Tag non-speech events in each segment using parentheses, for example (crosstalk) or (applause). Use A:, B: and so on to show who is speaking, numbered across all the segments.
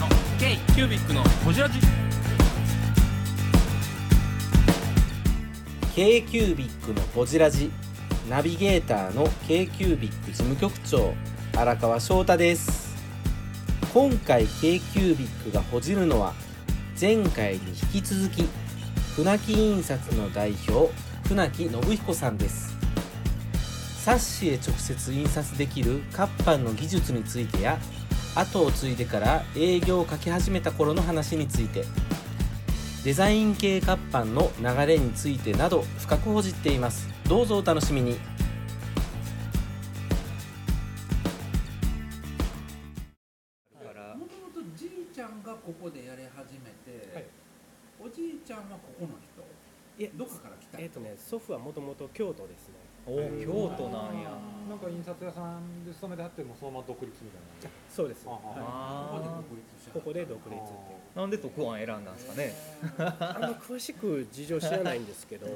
A: ュービックのホジラジ
B: k q u b i c のポジラジナビゲーターの k q u b i c 事務局長荒川翔太です今回 k q u b i c がほじるのは前回に引き続き船木印刷の代表船木信彦さんです冊子へ直接印刷できる活版の技術についてや後を継いでから営業をかけ始めた頃の話についてデザイン系活版の流れについてなど深く報じっていますどうぞお楽しみに
C: からもともとじいちゃんがここでやり始めて、
D: はい
C: おじいちゃんはここの人
D: いや
C: どこから来た
D: えっ、とね、祖父はもともと京都ですね。
A: お京都なんや
E: なんか印刷屋さんで勤めてはってもそのまま独立みたいな
D: そうです。
E: あ
D: は
C: ここで
A: あ
C: 独立し
D: い
C: た
D: ここで独立っていう。
A: ーなんで特案選んだんですかね
D: あんま詳しく事情知らないんですけど、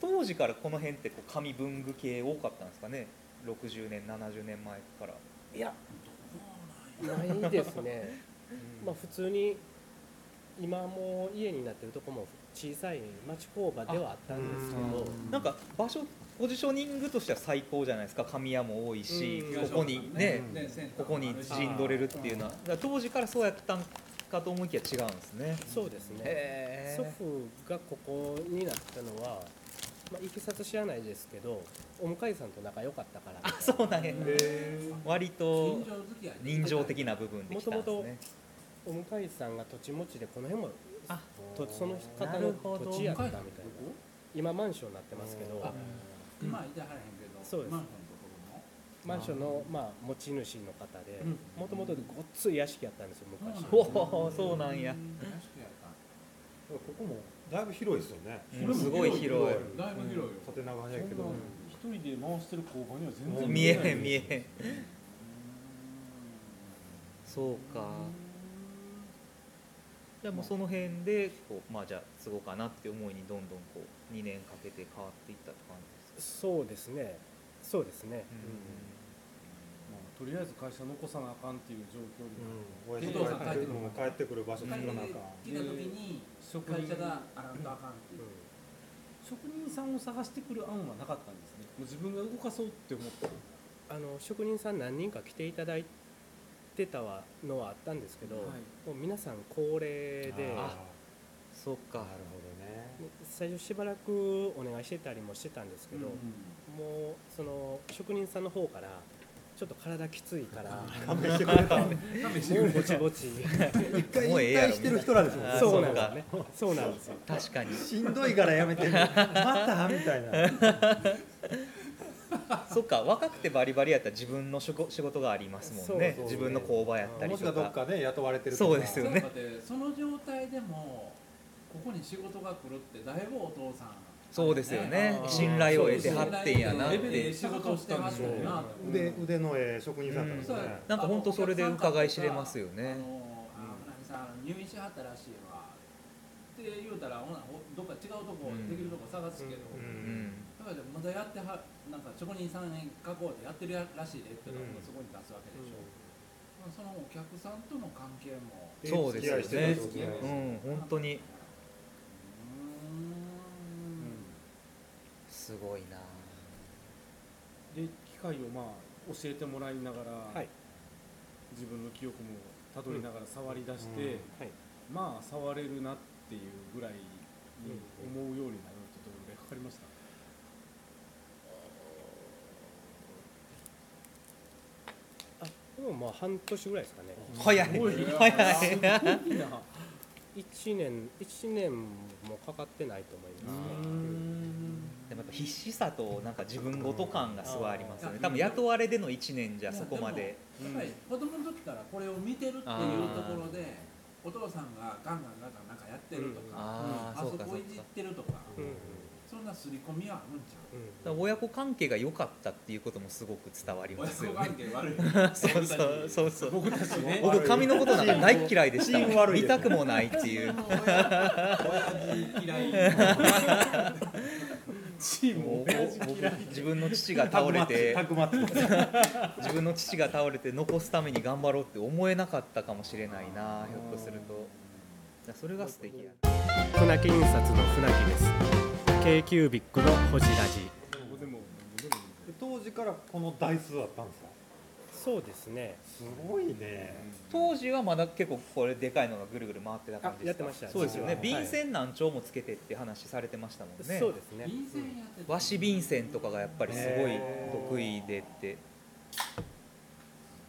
A: 当時からこの辺ってこう紙文具系多かったんですかね60年70年前から
D: いや、ないですね。まあ普通に今もう家になってるとこも小さい町工場ではあったんですけど、
A: なんか場所ポジショニングとしては最高じゃないですか紙屋も多いし
D: うん
A: ここにね
E: うん
A: ここに陣取れるっていうのはだから当時からそうやったんかと思いきや違うんですね
D: そうですね。
A: へ
D: 祖父がここになったのは。まあ、いきさつ知らないですけど、お向かいさんと仲良かったからみたいな。
A: (laughs) そうなんや割と
C: 人情付き合い
A: 人情的な部分できたんですね
D: お向かいさんが土地持ちでこの辺も
A: あ
D: とその
A: な
D: 方
A: る
D: の
A: ほど
D: 土地やったみたいな
C: どこ
D: 今マンションになってますけど
C: あ今はいてはらへんけど
D: そうです
C: マンションのところも
D: マンションの、まあ、持ち主の方で
C: うん
D: もともとごっつい屋敷やったんですよ昔
A: おおそうなんや
C: うん確かやった
E: ここもだいぶ広いですよね
A: うんすごい広い
C: だいぶ広いよ
E: 縦長早いけど
F: 一人で回してる工場には全
E: う
F: 然
E: ん
A: 見えへ
F: へ
A: ん見えへんそうかじゃあもうその辺でこうまあじゃあ継ごうかなって思いにどんどんこう2年かけて変わっていったって感じですか
D: そうですねそうですね、
F: まあとりあえず会社残さなあかんっていう状況
D: う
F: に、
D: ん
E: 親父が帰ってくる帰ってくる場所作らなあかん
C: 来た時に
F: 職
C: 会
F: 人
C: 社があらんとあかんっていう
F: 職人さんを探してくる案はなかったんですねもう自分が動かそうって思って
D: あの職人さん何人か来ていただいてたはのはあったんですけど、
F: はい
D: もう皆さん高齢で
E: あ
A: そうか
E: ーなるほ
D: 最初しばらくお願いしてたりもしてたんですけど、もうその職人さんの方からちょっと体きついから
E: どね勘弁してくれた
D: もうぼちぼち
E: (laughs) 一回
A: もうええ
E: 引
A: やろ
E: 退してる人らですもん
A: あー
D: そうな
A: そう
D: ですねそう
A: んか
D: なんですよ
A: 確かに
E: しんどいからやめてるまたみたいな
A: そっか若くてバリバリやったら自分の仕事仕事がありますも
D: そ
A: ん
D: う
A: ね
D: そう
A: 自分の工場やったり
E: もし
A: と
E: かどっ
A: か
E: かね雇われてる
A: そうですよ
C: そう
A: ね
C: かでその状態でもここに仕事が来るってだいぶお父さん
A: そうですよね
D: あー
A: 信頼を得てはってんやなっ
C: レベルで
A: て
C: 仕事をしてはってんな
E: 腕腕のええ職人さんだからね
A: なんか本当それで伺い知れますよね
C: あのあ船木さん入院しはったらしいわって言うたらほなおどっか違うとこ
A: うん
C: できるとこ探すけど、
E: う
A: うんん
C: だからまだやってはなんか職人さんに書こうってやってるらしいでっていうの
E: う
C: を
E: ん
C: そこに出すわけでしょ、そのお客さんとの関係もう
A: そうですよ
E: 付き合い
A: ね
E: してたってことね
A: うん本当に
C: ーん
A: すごいな
F: で機械をまあ教えてもらいながら、
D: はい
F: 自分の記憶もたどりながら触り出して、
E: うん
D: はい
F: まあ触れるなっていうぐらいに思うようになるってどれぐらいかかりました、
D: あでもまあ半年ぐらいですかね
A: 早い (laughs)
F: すごいな
A: 早い
F: すごいな
D: 1年一年もかかってないと思いますね
A: でもやっぱ必死さとなんか自分ごと感がすごいありますよね
C: うん
A: 多分雇われでの1年じゃそこまで
C: やっぱり子供の時からこれを見てるっていうところでお父さんがガンガンガンガンなんかやってるとか、
A: ああ
C: あ
A: そ
C: そう
A: かそ
C: こ
A: う
C: いじっ
A: か
C: てるとか
D: うん
C: そんな刷り込みはあるんち
A: (laughs)
C: ゃう
A: だから親子関係が良かったっていうこともすごく伝わりま
C: 親
A: す
C: 子
A: よ
C: 関
A: ね
C: 係悪い
A: (laughs) そうそうそうそう
F: 僕たちね
A: 僕髪のことなんか大っ嫌いでし
E: チ
A: た
E: ーム悪
A: 見
E: いです
A: たくもないっていう
C: 親父嫌い
F: チーム
A: もう
F: 親父
A: 僕
F: 嫌い
A: 自分の父が倒れて
F: たくまってたくまって
A: 自分の父が倒れて残すために頑張ろうって思えなかったかもしれないなひょっとするとだからそれが素敵や
D: 船木印刷の船木です k キュービックのホジラジ
F: でも
E: 当時からこの台数だったんですか
D: そうですね
E: すごいね
A: 当時はまだ結構これでかいのがぐるぐる回ってた感じですか
D: あやってました
A: そうですよね
D: はい
A: 便箋何丁もつけてって話されてましたもんね
D: そうですね
C: 便箋やってた
A: 和紙便箋とかがやっぱりすごい得意でって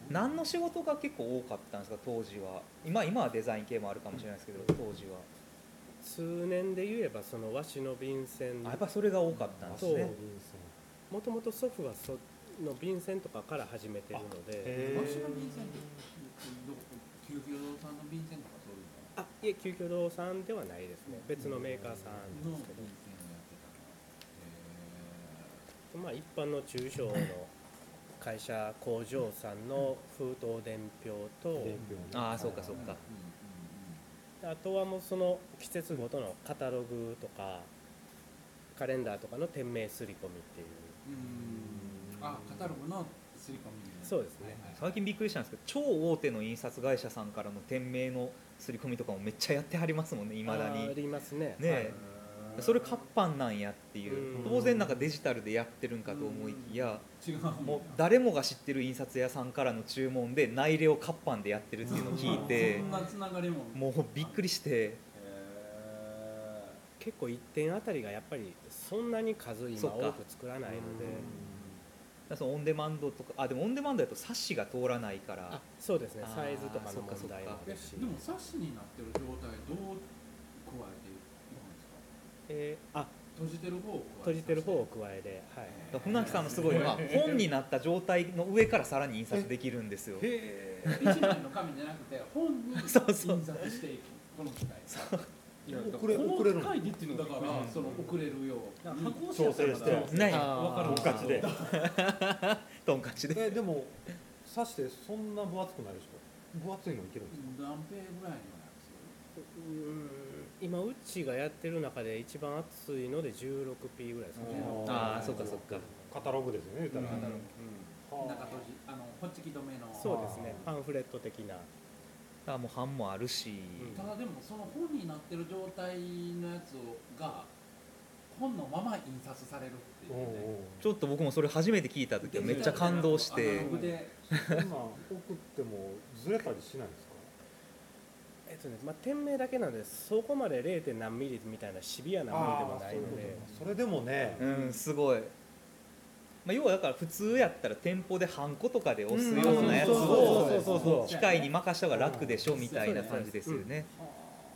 A: 何の仕事が結構多かったんですか当時は今今はデザイン系もあるかもしれないですけど当時は
D: 数年で言えばその和紙の便箋
A: あやっぱそれが多かったんですね
D: そうもともと祖父はその便箋とかから始めてるので
C: 和紙の便箋ってどこ救急堂さんの便箋とかそういうの
D: あいえ旧居堂さんではないですね別のメーカーさん
C: の
D: です
C: 便
D: け
C: 箋を
D: ど、
C: やってたのへ
D: まあ、一般の中小の会社工場さんの封筒伝票と
A: ああそうかそう
C: ー
A: か
C: うんうんうん
D: あとはもうその季節ごとのカタログとかカレンダーとかの店名刷り込みっていう
C: うんあカタログの刷り込みね
D: そうですね
C: はいはい
A: 最近びっくりしたんですけど超大手の印刷会社さんからの店名の刷り込みとかもめっちゃやってはりますもんねいまだ
D: あ
A: にね
D: りますね
A: えそれ活版なんやっていう
D: うん
A: 当然なんかデジタルでやってるんかと思いきや
C: 違う
A: も
C: も
A: うん誰もが知ってる印刷屋さんからの注文で内例を活版でやってるっていうのを聞いて
C: そんなつながりも
A: もうびっくりして
C: へ
D: 結構1点あたりがやっぱりそんなに数
A: そ
D: 今
A: っか
D: 多く作らないので
A: そのオンデマンドとかあでもオンデマンドだと冊子が通らないか
D: あ
A: ら
D: そうですね
A: あー
D: サイズとかの
A: そ
D: 問
A: っか
D: 題
A: そっ
D: も
A: か
D: あ
C: え
D: るし
C: でも冊子になってる状態どう加えていくんですか
D: えーあ
C: 閉じてる方を加えて
D: 閉じてる方を加えで、はい、
A: だから船木さんのすごいのは本になった状態の上からさらに印刷できるんですよ
F: へ
C: 一枚の紙じゃなくて本に印
A: そう
C: 刷
A: そう
C: していくこの機械
F: え
E: 遅れ
C: こ
E: 遅れ
C: の
E: る
C: 機
E: の
C: 械でっていうのだから
F: うん
C: その遅れるように
F: 箱
E: 調整して
A: ない
D: あー
E: 分かるで
A: トンカチで
E: えでも刺してそんな分厚くないでしょ分厚いのいけるんですか
C: 何ペーぐらいのやつ
D: うん今うちがやってる中で一番熱いので 16P ぐらいですかね
C: うん
A: ああそうかそうか
E: カタログですよね言った
A: う
E: ら
A: ん
E: は
C: 中閉じあのホッチキ止めの
D: そうですねパンフレット的な
A: あもう版もあるし、
D: ん
C: ただでもその本になってる状態のやつをが本のまま印刷されるって
E: う
C: いう
E: んうん
C: ね
A: ちょっと僕もそれ初めて聞いた時はめっちゃ感動し
C: アナ
A: て
C: ログで
E: そんなん送ってもずれたりしないんですか
D: えっとねまあ、店名だけなんでそこまで 0. 何ミリみたいなシビアなものでもないので
E: あーそういうことかそれでもね
A: うんすごい、まあ、要はだから普通やったら店舗でハンコとかで押すようなやつ
E: うんそう
A: を
E: そうそうそう
A: 機械に任した方が楽でしょみたいな感じですよね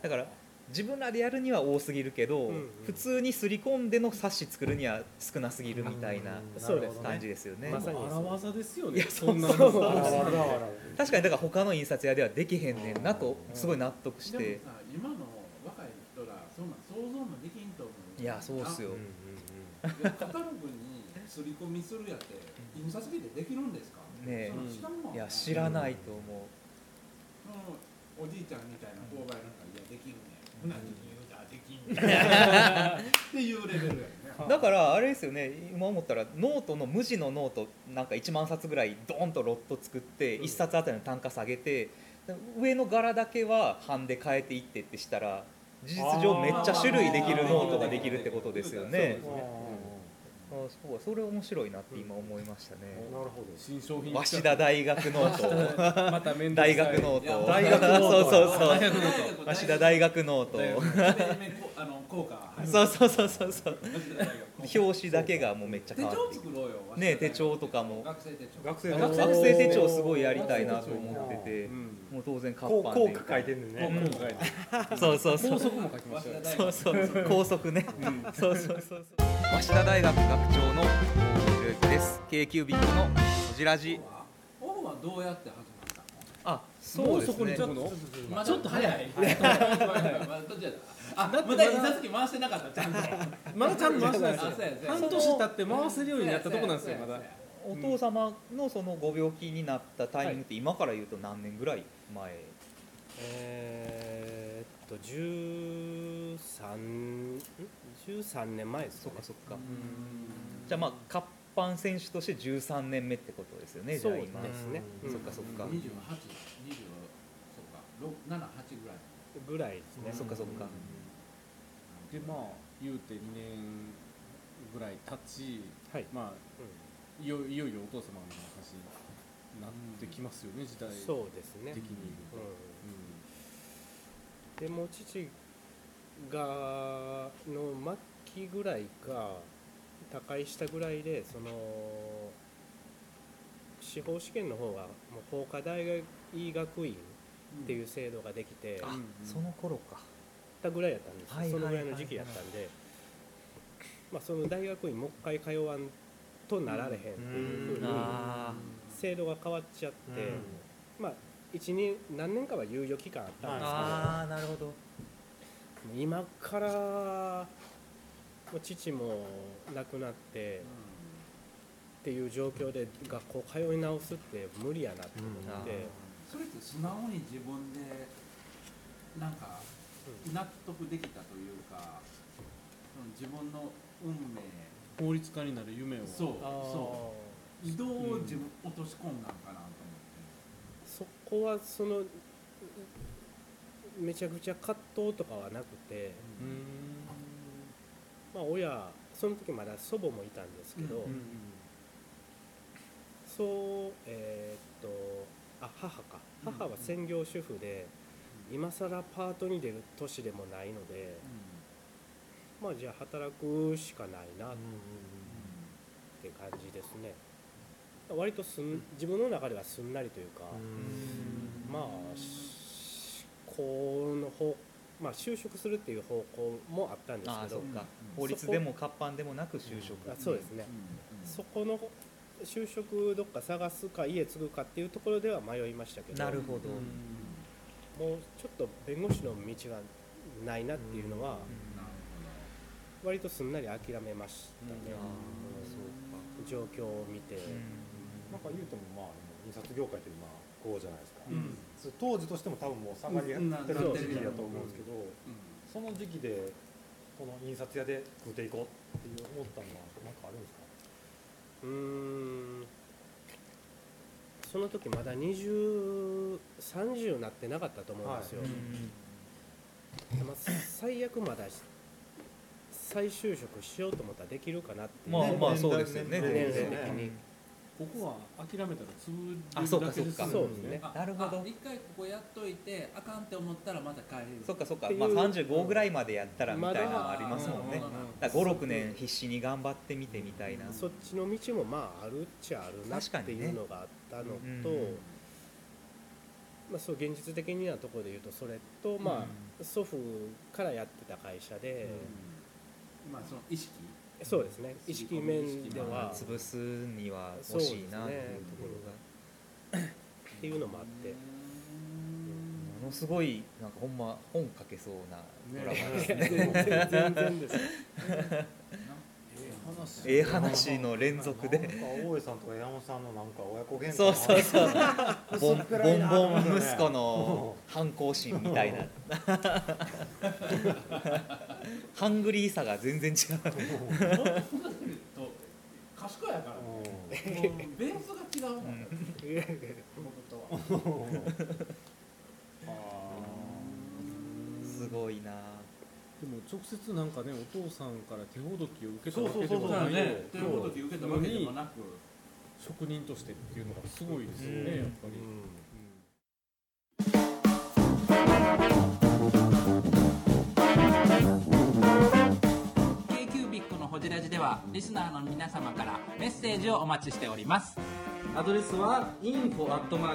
A: だから自分らでやるには多すぎるけど、
D: うんうん
A: 普通に刷り込んでの冊子作るには少なすぎるみたいな
E: うん
D: そうですね
A: 感じですよね
D: まさに
F: 荒技ですよね
A: いや
F: そんな
D: そうそう
E: わらわらわら
A: 確かにだから他の印刷屋ではできへんねんなとすごい納得し
C: で
A: て
C: もさ今の若い人らそんなん想像もできんと思う
A: いやそうっすよ
E: うんうん
C: あいやカタログに刷り込みするやって印刷機でできるんですか
A: ねえ
C: そんなん知らんわ
A: いや知らないと思
C: うんおじいちゃんみたいな購買なんかいやできるね
A: うん
C: うなぎに言うたらできんねっていうレベルやね
A: うだからあれですよね今思ったらノートの無地のノートなんか1万冊ぐらいドーンとロット作って
D: うん
A: 1冊あたりの単価下げて上の柄だけは版で変えていってってしたら事実上めっちゃ種類できるノートができるってことですよね
E: うんうん
A: あそうそれ面白いなって今思いましたね
E: なるほど
F: 新商品
A: 早稲田大学ノート
F: また面倒く
A: 大
F: さい
A: 学ノー
C: いや
A: ト
E: 大学ノート
A: そうそうそう
C: 大学ノート
A: 早稲田大学ノート (laughs)
C: あの効果は入る
A: そうそうそうそうそう
C: マジで大学
A: 表紙だけがもうめっちゃ
C: 手
A: 変わ
C: 帳
A: ってい
C: 作ろうよ
A: ねえ手帳とかも
C: 学生手帳
E: 学生
A: く
E: の
A: 学生手帳すごいやりたいなと思ってて
F: うん
A: もう当然活
E: こう
A: 版
E: 効
A: で
E: 果書いてんねん
A: うん
E: ね
F: 今回
A: そうそうそう
F: 高速も書きましたよ
A: そうそう高速ね
F: うん
A: そうそうそうそう早稲田大学学長のひろゆきです k q b のこじらじ
C: オフはどうやって始まったの
A: あそうですね
F: もうそこにちょっ
C: まだちょっと早い。どっちやったあ、まだ印刷機回してなかった。ちゃんと。
F: とまだちゃんと回してないで
C: あそうや
F: す
C: そう
F: よ
C: や
F: 半年経って回せるようになったとこなんですよまだ
A: お父様のそのご病気になったタイミングって今から言うと何年ぐらい前
D: えーっと13 13ん13年前です
A: そ
D: よ
A: っ
D: ね
A: かそっか、
F: うん
A: じゃあまあ活版選手として13年目ってことですよねじゃあ今
D: そうですね、
E: う
D: うん
E: ん
A: そっかそっか、
C: 28、20、そっか、6、7、8ぐらい。
D: ぐらいですね、
A: そっかそっか、
F: でまあ言うて2年ぐらい経ち、
D: はいう
F: まあ、いよいよいよお父様の話になってきますよね、時代
D: ん
F: 的に
D: そうですね、
F: 言うと
D: うんでもう父がの末期ぐらいか他界したぐらいでその司法試験の方がもう法科大学医学院っていう制度ができて
A: あ
F: うん
A: その頃か
D: たぐらいやったんです、
A: はい
D: そのぐらいの時期やったんで、まあ、その大学院もう一回通わんとなられへんっていうふうに
A: あ
D: 制度が変わっちゃって、まあ一年何年かは猶予期間あったんですけど、
A: あーなるほど
D: 今からもう父も亡くなってっていう状況で学校通い直すって無理やなって思って、
C: それって素直に自分で、なんか、納得できたというか、自分の運命、
F: 法律家になる夢を
C: そう、
D: あー
C: そう。どう自分落とし込んだんかなと思っ
D: そこはそのめちゃくちゃ葛藤とかはなくて、
F: う
C: て。
F: ん
D: まあ、親その時まだ祖母もいたんですけど、
C: うん
D: そうえーっとあ母か
C: うん
D: 母は専業主婦で、今更パートに出る年でもないので、まあじゃあ働くしかないなって感じですね割とすん自分の中ではすんなりというか、まあしこの方まあ就職するっていう方向もあったんです
A: あ
D: け
A: ーそ
D: ど
A: っか
C: うん
A: 法律でも活版でもなく就職
D: あそうですね、そこの就職どっか探すか家継ぐかっていうところでは迷いましたけど
A: なるほど、
D: もうちょっと弁護士の道がないなっていうのは割とすんなり諦めましたね
A: いや、ーそう
D: 状況を見て、
A: か、
E: なんか言うてもまあ印刷業界ってまあこうじゃないですか、
C: うん
E: 当時としても多分もう下がりやってる時期だと思うんですけど、その時期でこの印刷屋で食うていこうって思ったのはなんかあるんですか
D: うーんその時まだ2030なってなかったと思うんですよ、
E: は
D: まあ最悪まだ再就職しようと思ったらできるかなっていう
A: まあ
E: ね
A: まあそうですよね
E: 年代
A: 全
D: 年
A: 然
D: 齢的に、
F: ここは諦めたら潰れる
A: あそうか
F: だけです
A: そうか
F: よね
D: そうですね
A: なるほど
C: あ一回ここやっといてあかんって思ったらまた帰れる
A: そっかそっか
D: っていう
A: まあ35ぐらいまでやったらみたいなのも
D: ま
A: あ
D: だ
A: りますもん
C: な
A: ね
C: るほど
A: だから56年必死に頑張ってみてみたいな
D: そっちの道もまああるっちゃあるなっていうのがあったの
A: 確かにね
D: と、
A: うんうん
D: まあ、そう現実的なところで言うとそれとまあ、祖父からやってた会社で、
C: うんまあその意識
D: そうですね意識面で
A: まあ
D: はっ
A: 潰すには惜しいなっていうところが、
D: ていうのもあって
A: ものすごいなんかほんま本書けそうなドラマですね
D: 全然全然です
A: ええ話の連続
E: なん
A: で
E: か大江さんとか山本さんのなんか親子喧嘩
A: そうそうそうボン
E: 薄っぺらいな
A: ボンボン息子の反抗心みたいなハングリーさが全然違う
C: と賢いやからも
E: (laughs) う
C: うベースが違うもんね僕とは
E: ん
A: すごいな
F: でも直接なんかねお父さんから手ほどきを受けた
C: そう
F: わ
C: そ
F: け
C: う
F: で
C: そう
F: も
C: そう
F: な
C: だ
F: い
C: ねということで受けたわけでもなく
F: 職人としてっていうのがすごいですよね、
A: うん
F: やっぱり、
C: k キュービックのホジラジではリスナーの皆様からメッセージをお待ちしております
G: アドレスは info.kcubic3.com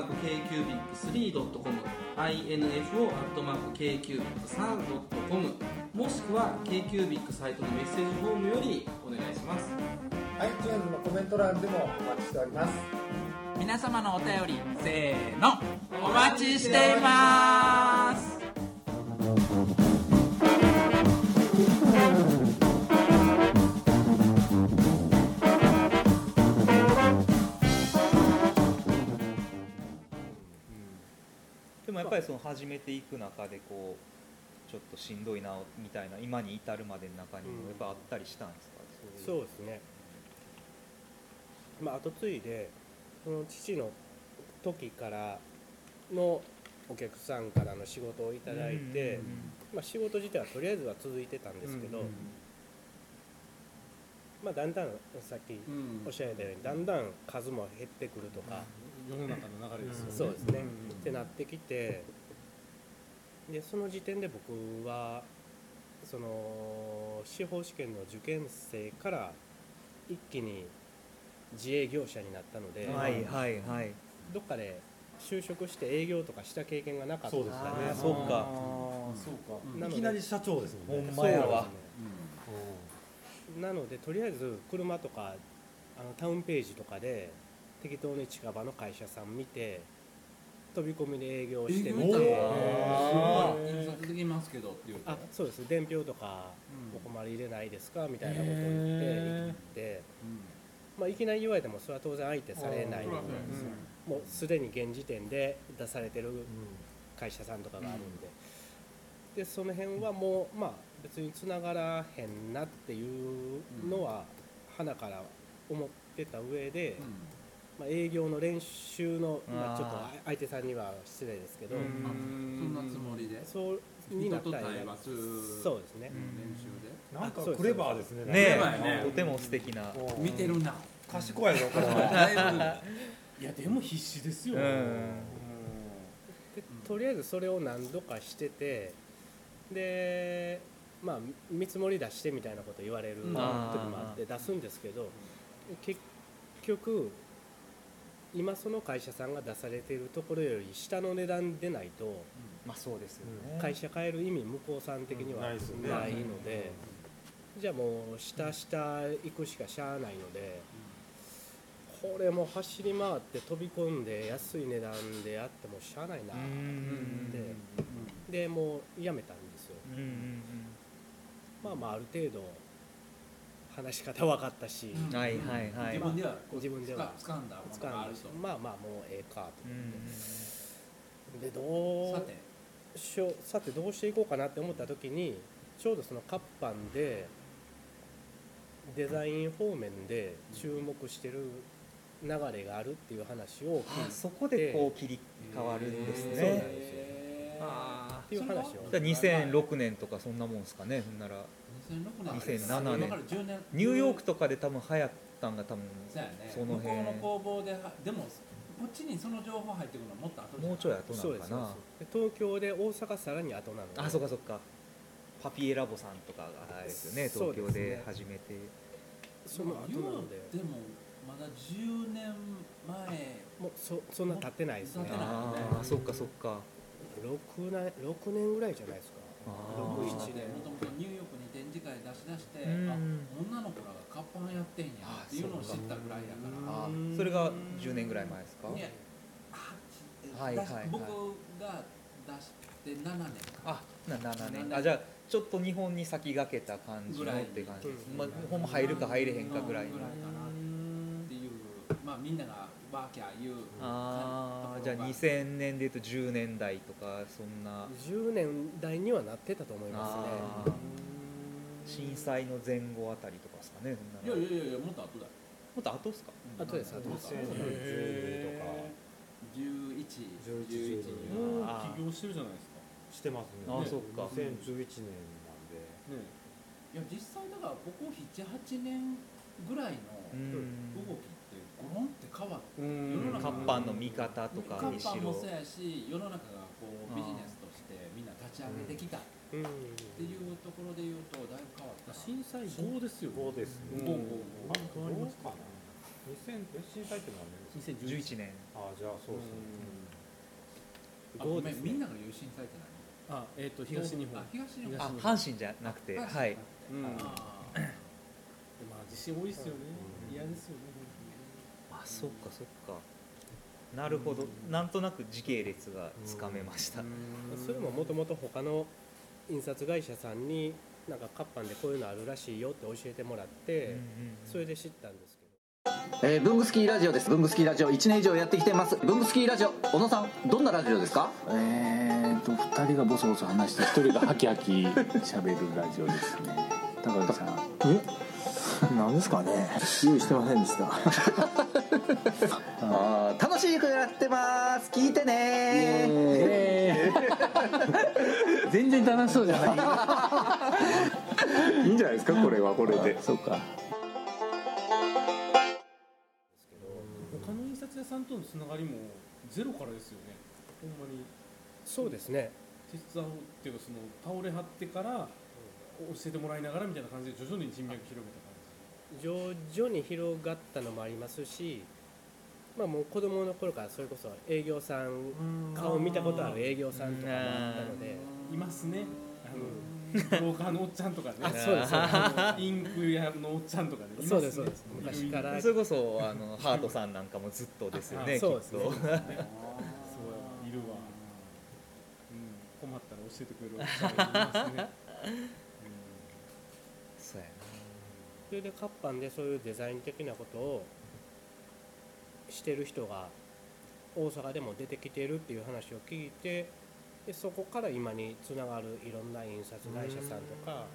G: info.kcubic3.com もしくは KQBIC サイトのメッセージフォームよりお願いします
H: iTunes のコメント欄でもお待ちしております
C: 皆様のお便りせーのお待ちしています
A: でもやっぱりその始めていく中でこうちょっとしんどいなみたいな今に至るまでの中にもやっぱあったりしたんですか、そう
D: そ
A: いう
D: うですね、まあ、後継いでその父の時からのお客さんからの仕事をいただいて、
A: うんうんうん
D: まあ、仕事自体はとりあえずは続いてたんですけど、
E: うんうん
D: まあ、だんだんさっきおっしゃられたようにだんだん数も減ってくるとか、
F: 世の中の流れですよね。
D: そうですね、
F: うん
D: ってなってきてでその時点で僕はその司法試験の受験生から一気に自営業者になったので、
A: はいはいはい
D: どっかで就職して営業とかした経験がなかった
E: そうですよね
A: あーそうか
E: あーそうか、
D: なの
E: い
D: で
E: きなり社長ですもんね
A: ほんまやわ
D: そうですねなのでとりあえず車とかあのタウンページとかで適当に近場の会社さん見て飛び込みで営業してみ
E: 営業
D: て
E: あー
C: 印刷できますけどっていう
D: あそうです伝票とか
C: うん
D: お困り入れないですかみたいなことを言って
E: へー
D: 行って、まあ、いきなり言われてもそれは当然相手されない
F: うん
D: もうすでに現時点で出されてる
E: う
D: 会社さんとかがあるんで,、でその辺はもうまあ別に繋がらへんなっていうのは花から思ってた上で、まあ、営業の練習の、まあ、
A: あー
D: ちょっと相手さんには失礼ですけど、
A: うん
C: あそんなつもりで
D: そうに
C: 人
D: なっ
C: と
D: た
C: 対
D: ら
C: 話す
D: そうですね、
A: うん
C: 練習で
E: んなんか
D: あそうです
E: クレバーですね
A: ね
C: やばいね
A: えとても素敵な
E: うん
C: 見てるな
E: 賢いぞこれは
C: だい
F: いやでも必死です
A: (laughs)
F: よ。
A: うん
D: で
C: うん
D: とりあえずそれを何度かしててでまあ見積もり出してみたいなこと言われる時
C: うん
D: もあって出すんですけど結局今その会社さんが出されているところより下の値段でないと
A: まあそうですよね、
D: 会社変える意味向こうさん的には
E: な
D: ないい
E: ですよね
D: のでじゃあもう下下行くしかしゃあないのでこれもう走り回って飛び込んで安い値段であってもしゃあないな
A: うんうん
D: ででもうやめたんですよ
A: うんうんうん
D: まあまあある程度話し方分かったし、
C: うん
A: はいはいはい
C: 自分ではこう
D: 自分では
C: つか掴んだもの
D: 掴
C: があ
D: ん
C: る
D: で
C: と
D: まあまあもうええか
A: う
D: と
A: んうん
D: でど
C: さ
D: う
C: て
D: しようさてどうしていこうかなって思った時にちょうどその活版でデザイン方面で注目してる流れがあるっていう話を聞い
A: あそこでこう切り替わるんですね、
D: そうなんですよ
C: へー
A: あ
D: っていう話を
A: ーじゃあ2006年とかそんなもんですかねほんなら
C: 2006年
A: 2007年
C: だから10年
A: ニューヨークとかで多分流行ったんが多分
C: そうやね
A: その
C: 向こ
A: 辺
C: うの工房ではでもこっちにその情報入ってくるのはもっと後じゃない
A: もうちょい後な
D: そう
A: の
D: で
A: か
D: す
A: な
D: そうですで東京で大阪さらに後なので
A: あそっかそっかパピエラボさんとかがあれですよね
D: そう
A: 東
D: ですね
A: 京で始めて
D: その後
C: 言う
D: なので
C: でもまだ10年前
D: もうそそんな経ってないですね
C: 経ってない
A: ああそっかそっか
D: 6年 ,6 年ぐらいじゃないですか
A: あー
C: 六一でもともとニューヨークに展示会出し出して、
A: うん
C: あ女の子らが活版やってんやっていうのを知ったぐらいやから
A: あーそれが10年ぐらい前ですか
C: ねあ
A: はいはいはい
C: 僕が出して7年
A: あな7年あじゃあちょっと日本に先駆けた感じ
C: ぐ
A: の
C: らい
A: って感じです
D: うん
A: まあほんま入るか入れへんかぐらいの
C: ぐらいかなっていうまあみんながワーキャー言う
A: ああじゃあ2000年でいうと10年代とかそんな
D: 10年代にはなってたと思います
A: あ
D: ね
A: ー震災の前後あたりとかですかねそんなの
C: いやいやいやいやもっと後だよ
A: もっと後ですか
D: あとですあと
C: もっ
D: です
C: 後11 11 12
F: もう
A: あー
F: 起業してるじゃないですか。
E: してますね
A: あーそっか
E: 2011年なんで
F: ね
C: いや実際だからここ78年ぐらいの
A: うん
C: 動きってゴロンって変わって
E: うん
A: 活版の見方と
C: カ
A: かに
C: ッ
A: しろ
C: パもそうやし世の中がこうビジネスとしてみんな立ち上げてきたっ
D: うん
C: ていうところで言うとだいぶ変わったな
F: 震災後ですよね。
E: そうですね
C: もうもう
E: まあどうかな2000え震災って何年ですか
A: 11年
E: ああじゃあそうです
C: あ
E: ね
F: ど
C: ご
F: う
C: め
F: で
C: ん
F: す
C: みんなが言う震災って
F: あえっと
C: 何
F: 東日本
C: あ。東日本
A: あ阪神じゃなくてはい
F: うん。ま
C: あ
F: あ地震多いですよね。嫌ですよね。
A: あそっかそっかなるほどなんとなく時系列がつかめました
D: それももともと他の印刷会社さんになんか活版でこういうのあるらしいよって教えてもらってそれで知ったんですけど
C: 「
I: えー、ブングスキーラジオですブングスキーラジオ1年以上やってきてますブングスキーラジオ小野さんどんなラジオですか
J: えーと2人がボソボソ話して1人がハキハキ喋るラジオですね高橋さん
K: えなんですかね用意してませんでした
I: あー楽しい曲やってます聞いてね
K: 全然楽しそうじゃない
J: いいんじゃないですかこれはこれで
K: そうか
F: 他の印刷屋さんとのつながりもゼロからですよねほんまに
D: そうですね
F: 手伝うっていうかその倒れはってから教えてもらいながらみたいな感じで徐々に人脈広げた感
D: 徐々に広がったのもありますし、まあ、もう子供の頃からそれこそ営業さん顔見たことある営業さんとかもあったので
F: じいますねあのブローカーのおっちゃんとかね
D: あそうです
F: あのインク屋のおっちゃんとかねいますね
D: そうですそうです昔
F: いる
D: から
A: それこそあのハートさんなんかもずっとですよねき
D: あ
A: っ
D: そう
A: と (laughs)
D: ですね
F: そうやいるわ、うん、困ったら教えてくれるおっちゃんがいますね、
A: そうやな
D: それでカッパンでそういうデザイン的なことをしてる人が大阪でも出てきてるっていう話を聞いてでそこから今につながるいろんな印刷会社さんとか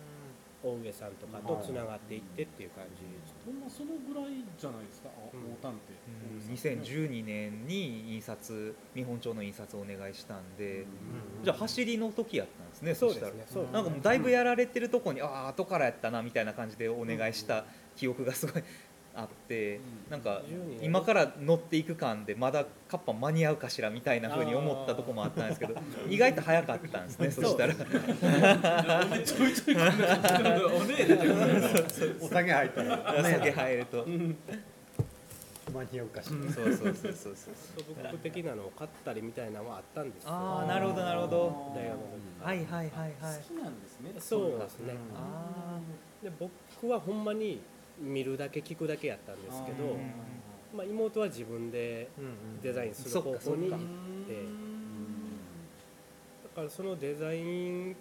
D: 大上さんとかとつながっていってっていう感じ
F: うん、ほんまそのぐらいじゃないですかあ
D: うん
F: 大探偵
A: うん2012年に印刷日本帳の印刷をお願いしたんで、じゃあ走りの時やったんですね
D: そう
A: し
D: で
A: た
D: す
A: ら
D: ねそう
A: なんかもうだいぶやられてるとこに、ああ後からやったなみたいな感じでお願いした記憶がすごい (laughs) あって、なんか
D: 12
A: 今から乗っていく感でまだカッパ間に合うかしらみたいな風に思ったとこもあったんですけど意外と早かったんですねそしたら
F: ちょいちょいこんな感じでおねえ出てくる
E: お酒入ったら
A: 酒入ると、
E: 間に合うかしら
A: うんそうそうそうそうそう
D: ソフトブック的なのを買ったりみたいなのはあったんですよ
A: ああなるほどなるほど
D: 大学の
A: はいはいはいはい
F: 好きなんですね
D: そうですね
A: あ
D: で僕はほんまに見るだけ聞くだけやったんですけどまあ、妹は自分でデザインする方法に行ってだからそのデザイン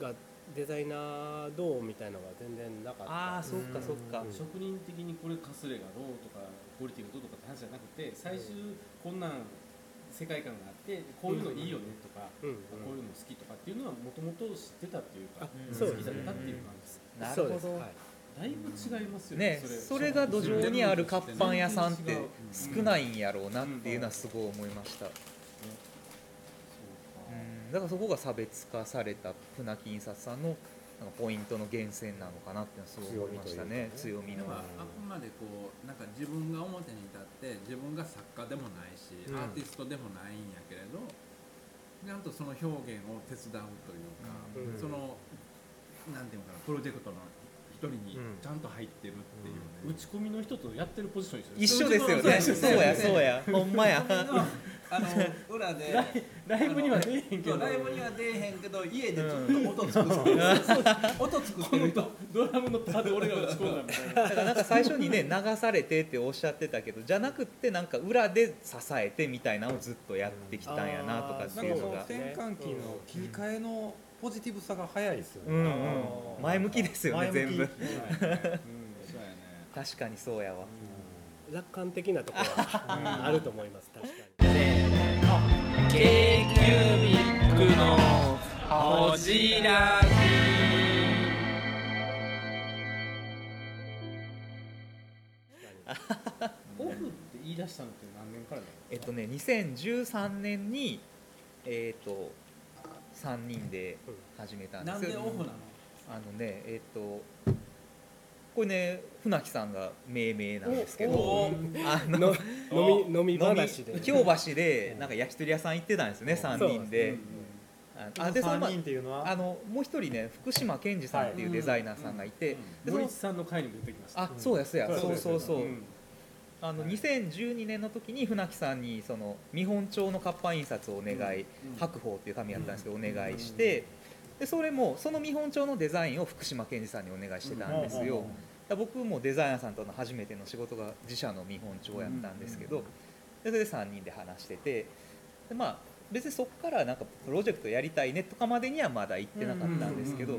D: がデザイナーどうみたいなのが全然なかっ
A: あ
D: た
A: ああそっかそっか
D: うん
F: 職人的にこれかすれがどうとかクオリティがどうとかって話じゃなくて最終こんなん世界観があってこういうのいいよねとか、
D: うんうん
F: こういうの好きとかっていうのはもともと知ってたっていうか
D: あそ
F: 好
D: う
F: きだったっていう感じです
A: なる
D: そう
A: ほ
D: です
A: ど
D: はい
F: だいぶ違いますよね
A: ね、それが土壌にある活版屋さんって少ないんやろうなっていうのはすごい思いました、うん、だからそこが差別化された船木印刷さんのなんかポイントの源泉なのかなっていうのはすごい思いましたね強み
C: で
A: の
C: もあくまでこうなんか自分が表に立って自分が作家でもないし、
D: うん
C: アーティストでもないんやけれどちゃんとその表現を手伝うというか、
D: うん
C: そのなんていうのかなプロジェクトの一人にちゃんと入ってるっていうね、
F: 打ち込みの人とやってるポジション一
A: 一
F: 緒
A: 緒ですよねそうやそうやほんま
E: (laughs)
A: や
C: あの裏でライブには出えへんけどライブには出えへんけど家でちょっと (laughs) 音作ってる、音作ってると
F: ドラムのターで俺が打ち込んだみたいな
A: だからなんか最初にね流されてっておっしゃってたけどじゃなくってなんか裏で支えてみたいなのをずっとやってきたんやなとかって
E: なん
A: い
E: か
A: う
E: そ
A: の
E: の
A: が
E: 転換期の切り替えのポジティブさが早いですよ
A: うんう
E: ね、
A: ん前向きですよね
E: 前
A: 全
E: 向き
A: 部
F: そうやね
A: 確かにそうやわ
D: 楽観的なところはあると思います確かに。
F: オフって言い出したのって何年からだろ
A: えっとね2013年にえっ、と3人で始めたんで
C: なん
A: すけ
C: で
A: ど
C: オフなの
A: あのねえっ、とこれね船木さんが命名なんですけ
F: お
A: どあの
D: の飲み飲み話
A: 飲
D: で
A: み京橋でなんか焼き鳥屋さん行ってたんですね3人で。あのあでそのま
E: 3人っていうのは
A: あのもう一人ね福島健二さんっていうデザイナーさんがいて、でそ
F: 森
A: の
F: 内さんの会にも出てきました
A: あそうやそうや、
E: うん
A: そうそうそう、
F: うん
A: あの2012年の時に船木さんにその見本帳の活版印刷をお願い、白鵬っていう紙やったんですけどお願いしてでそれもその見本帳のデザインを福島健二さんにお願いしてたんですよだから僕もデザイナーさんとの初めての仕事が自社の見本帳やったんですけどでそれで3人で話しててでまあ別にそこからなんかプロジェクトやりたいねとかまでにはまだ行ってなかったんですけど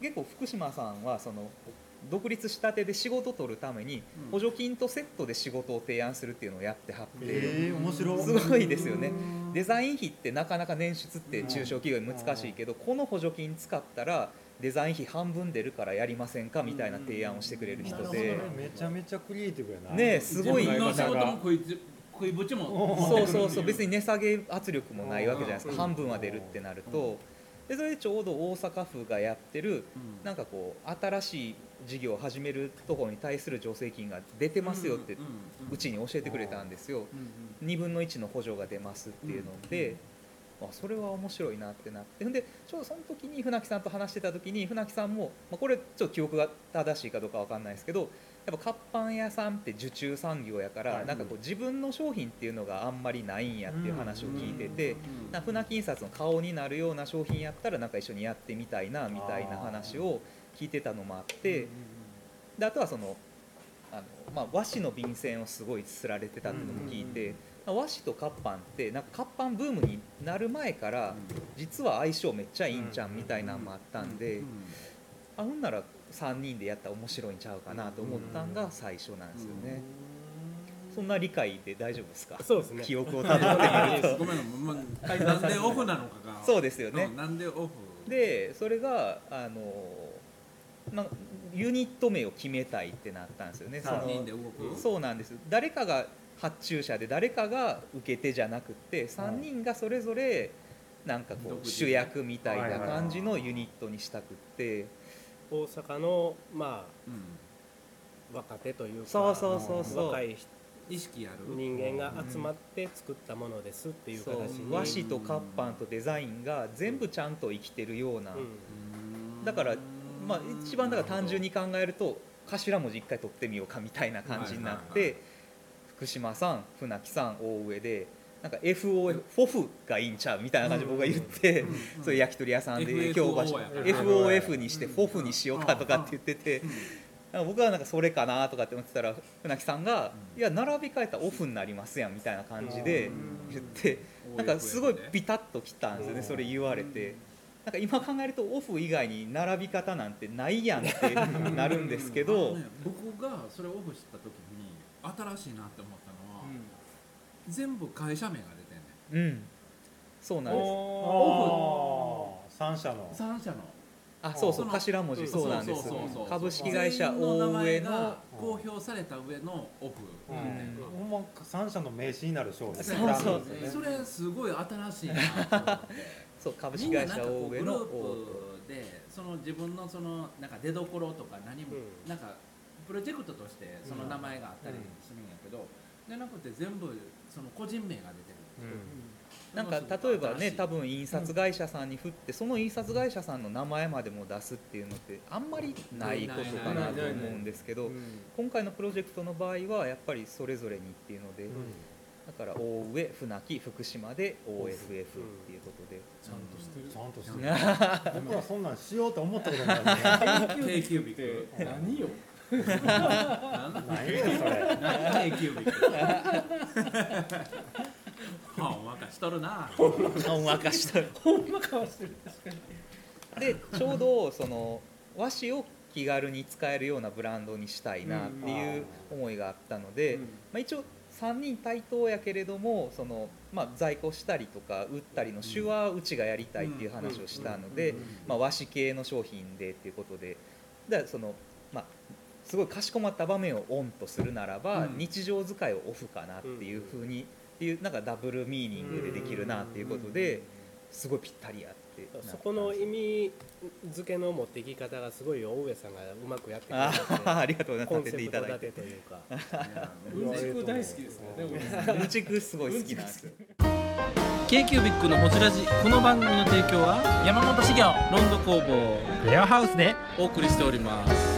A: 結構福島さんはその独立したてで仕事を取るために補助金とセットで仕事を提案するっていうのをやってはって、
C: えー面白い
A: すごいですよねデザイン費ってなかなか捻出って中小企業に難しいけど、この補助金使ったらデザイン費半分出るからやりませんかみたいな提案をしてくれる人で、
E: めちゃめちゃクリエイティブやな
A: ねえすごい
E: 自分の仕事も
C: こいつこいぼっちも。
A: そうそうそう別に値下げ圧力もないわけじゃないですか半分は出るってなるとでそれでちょうど大阪府がやってるなんかこう新しい事業を始めるところに対する助成金が出てますよってうちに教えてくれたんですよ2分の1の補助が出ますっていうので。あそれは面白いなってなってほんでちょうどその時に船木さんと話してた時に船木さんも、まあ、これちょっと記憶が正しいかどうかわかんないですけどやっぱ活版屋さんって受注産業やから、なんかこう自分の商品っていうのがあんまりないんやっていう話を聞いてて、な船木印刷の顔になるような商品やったらなんか一緒にやってみたいなみたいな話を聞いてたのもあって、であとはそのあの、まあ、和紙の便箋をすごい釣られてたっていうのも聞いて、まあ和紙と活版ってなんか活版ブームになる前から実は相性めっちゃいいんちゃんみたいなのもあったんで、あほんなら3人でやったら面白いんちゃうかなと思ったんが最初なんですよね。そんな理解で大丈夫ですか。
D: そうですね
A: 記憶をた
D: (laughs)
A: どってみると
C: ごめんごめんまあなんでオフなのかが
A: そうですよね
C: う。んなんでオフ
A: でそれがあのなユニット名を決めたいってなったんですよね。その
C: 三人で動く
A: そうなんです。誰かが発注者で誰かが受け手じゃなくって三人がそれぞれなんかこ
D: 独
A: う
D: 自
A: 主役みたいな感じのユニットにしたくって。
D: 大阪のまあ、若手というか
A: そうそうそうそう
D: 若い
C: 意識ある
D: 人間が集まって作ったものですっていう
A: そう
D: 形に
A: 和紙と活版とデザインが全部ちゃんと生きてるような、だから、まあ、一番だから単純に考えると頭文字一回取ってみようかみたいな感じになって、福島さん船木さん大上でなんか FOF フォフがいいんちゃうみたいな感じで僕が言って、そういう焼き鳥屋さんで
C: FFO
A: 京橋
C: やから
A: FOF にしてフォフにしようかとかって言ってて。なんか僕はなんかそれかなとかって思ってたら船木さんが「いや並び替えたらオフになりますやん」みたいな感じで言ってなんかすごいビタッときたんですよねそれ言われてなんか今考えるとオフ以外に並び方なんてないやんってなるんですけ
C: あ (laughs) の
A: ど
C: ね僕がそれオフした時に新しいなって思ったのは、全部会社名が出てんねん
A: うんそうなんです
E: オフ三社の
C: 三社の
A: あそうそう
C: の
A: 頭文字そうなんで
C: そ
A: す
C: うそうそうそう
A: 株式会社
C: 全員の名
A: 大上
C: 前
A: の
C: が公表された上のオフ、
E: ほんま三社の名刺になる商品
A: そうそう
C: それすごい新しいな
A: そう株式会社大上の
C: みんななんかこうグループでその自分のそのなんか出所とか何も、なんかプロジェクトとしてその名前があったりするんやけど、じゃなくて全部その個人名が出てる、
A: なんか例えばね多分印刷会社さんに振ってその印刷会社さんの名前までも出すっていうのってあんまりないことかなと思うんですけど今回のプロジェクトの場合はやっぱりそれぞれにっていうのでだから大上船木福島で OFF っていうことで
C: ちゃんとしてる
E: ちゃんと
A: して
E: る僕はそんなんしようと思ったこ
A: (laughs)
E: とな
C: 定
E: い
C: 休日って何 (laughs) よ
E: 何よそれ
C: 何定休日ってほんわかしとるなほ
A: んわかしとる
C: (laughs) ほんわかはしてる確かに
A: でちょうどその和紙を気軽に使えるようなブランドにしたいなっていう思いがあったので、まあ、一応3人対等やけれどもその、まあ、在庫したりとか売ったりの手話うちがやりたいっていう話をしたので、まあ、和紙系の商品でっていうことでだからその、まあ、すごいかしこまった場面をオンとするならば、
C: うん
A: 日常使いをオフかなっていうふうに、っていうなんかダブルミーニングでできるなっていうことですごいぴったりやってなった
D: そこの意味付けの持っていき方がすごい大上さんがうまくやってくれ
A: あ
D: て
A: ーありがとうございます
D: コンセプト立てと
A: (laughs)
D: いうか
F: うんちく大好きですね
A: うんちくすごい好きなんですよ
G: k q b i c のホジラジこの番組の提供は山本資源ロンド工房レアハウスでお送りしております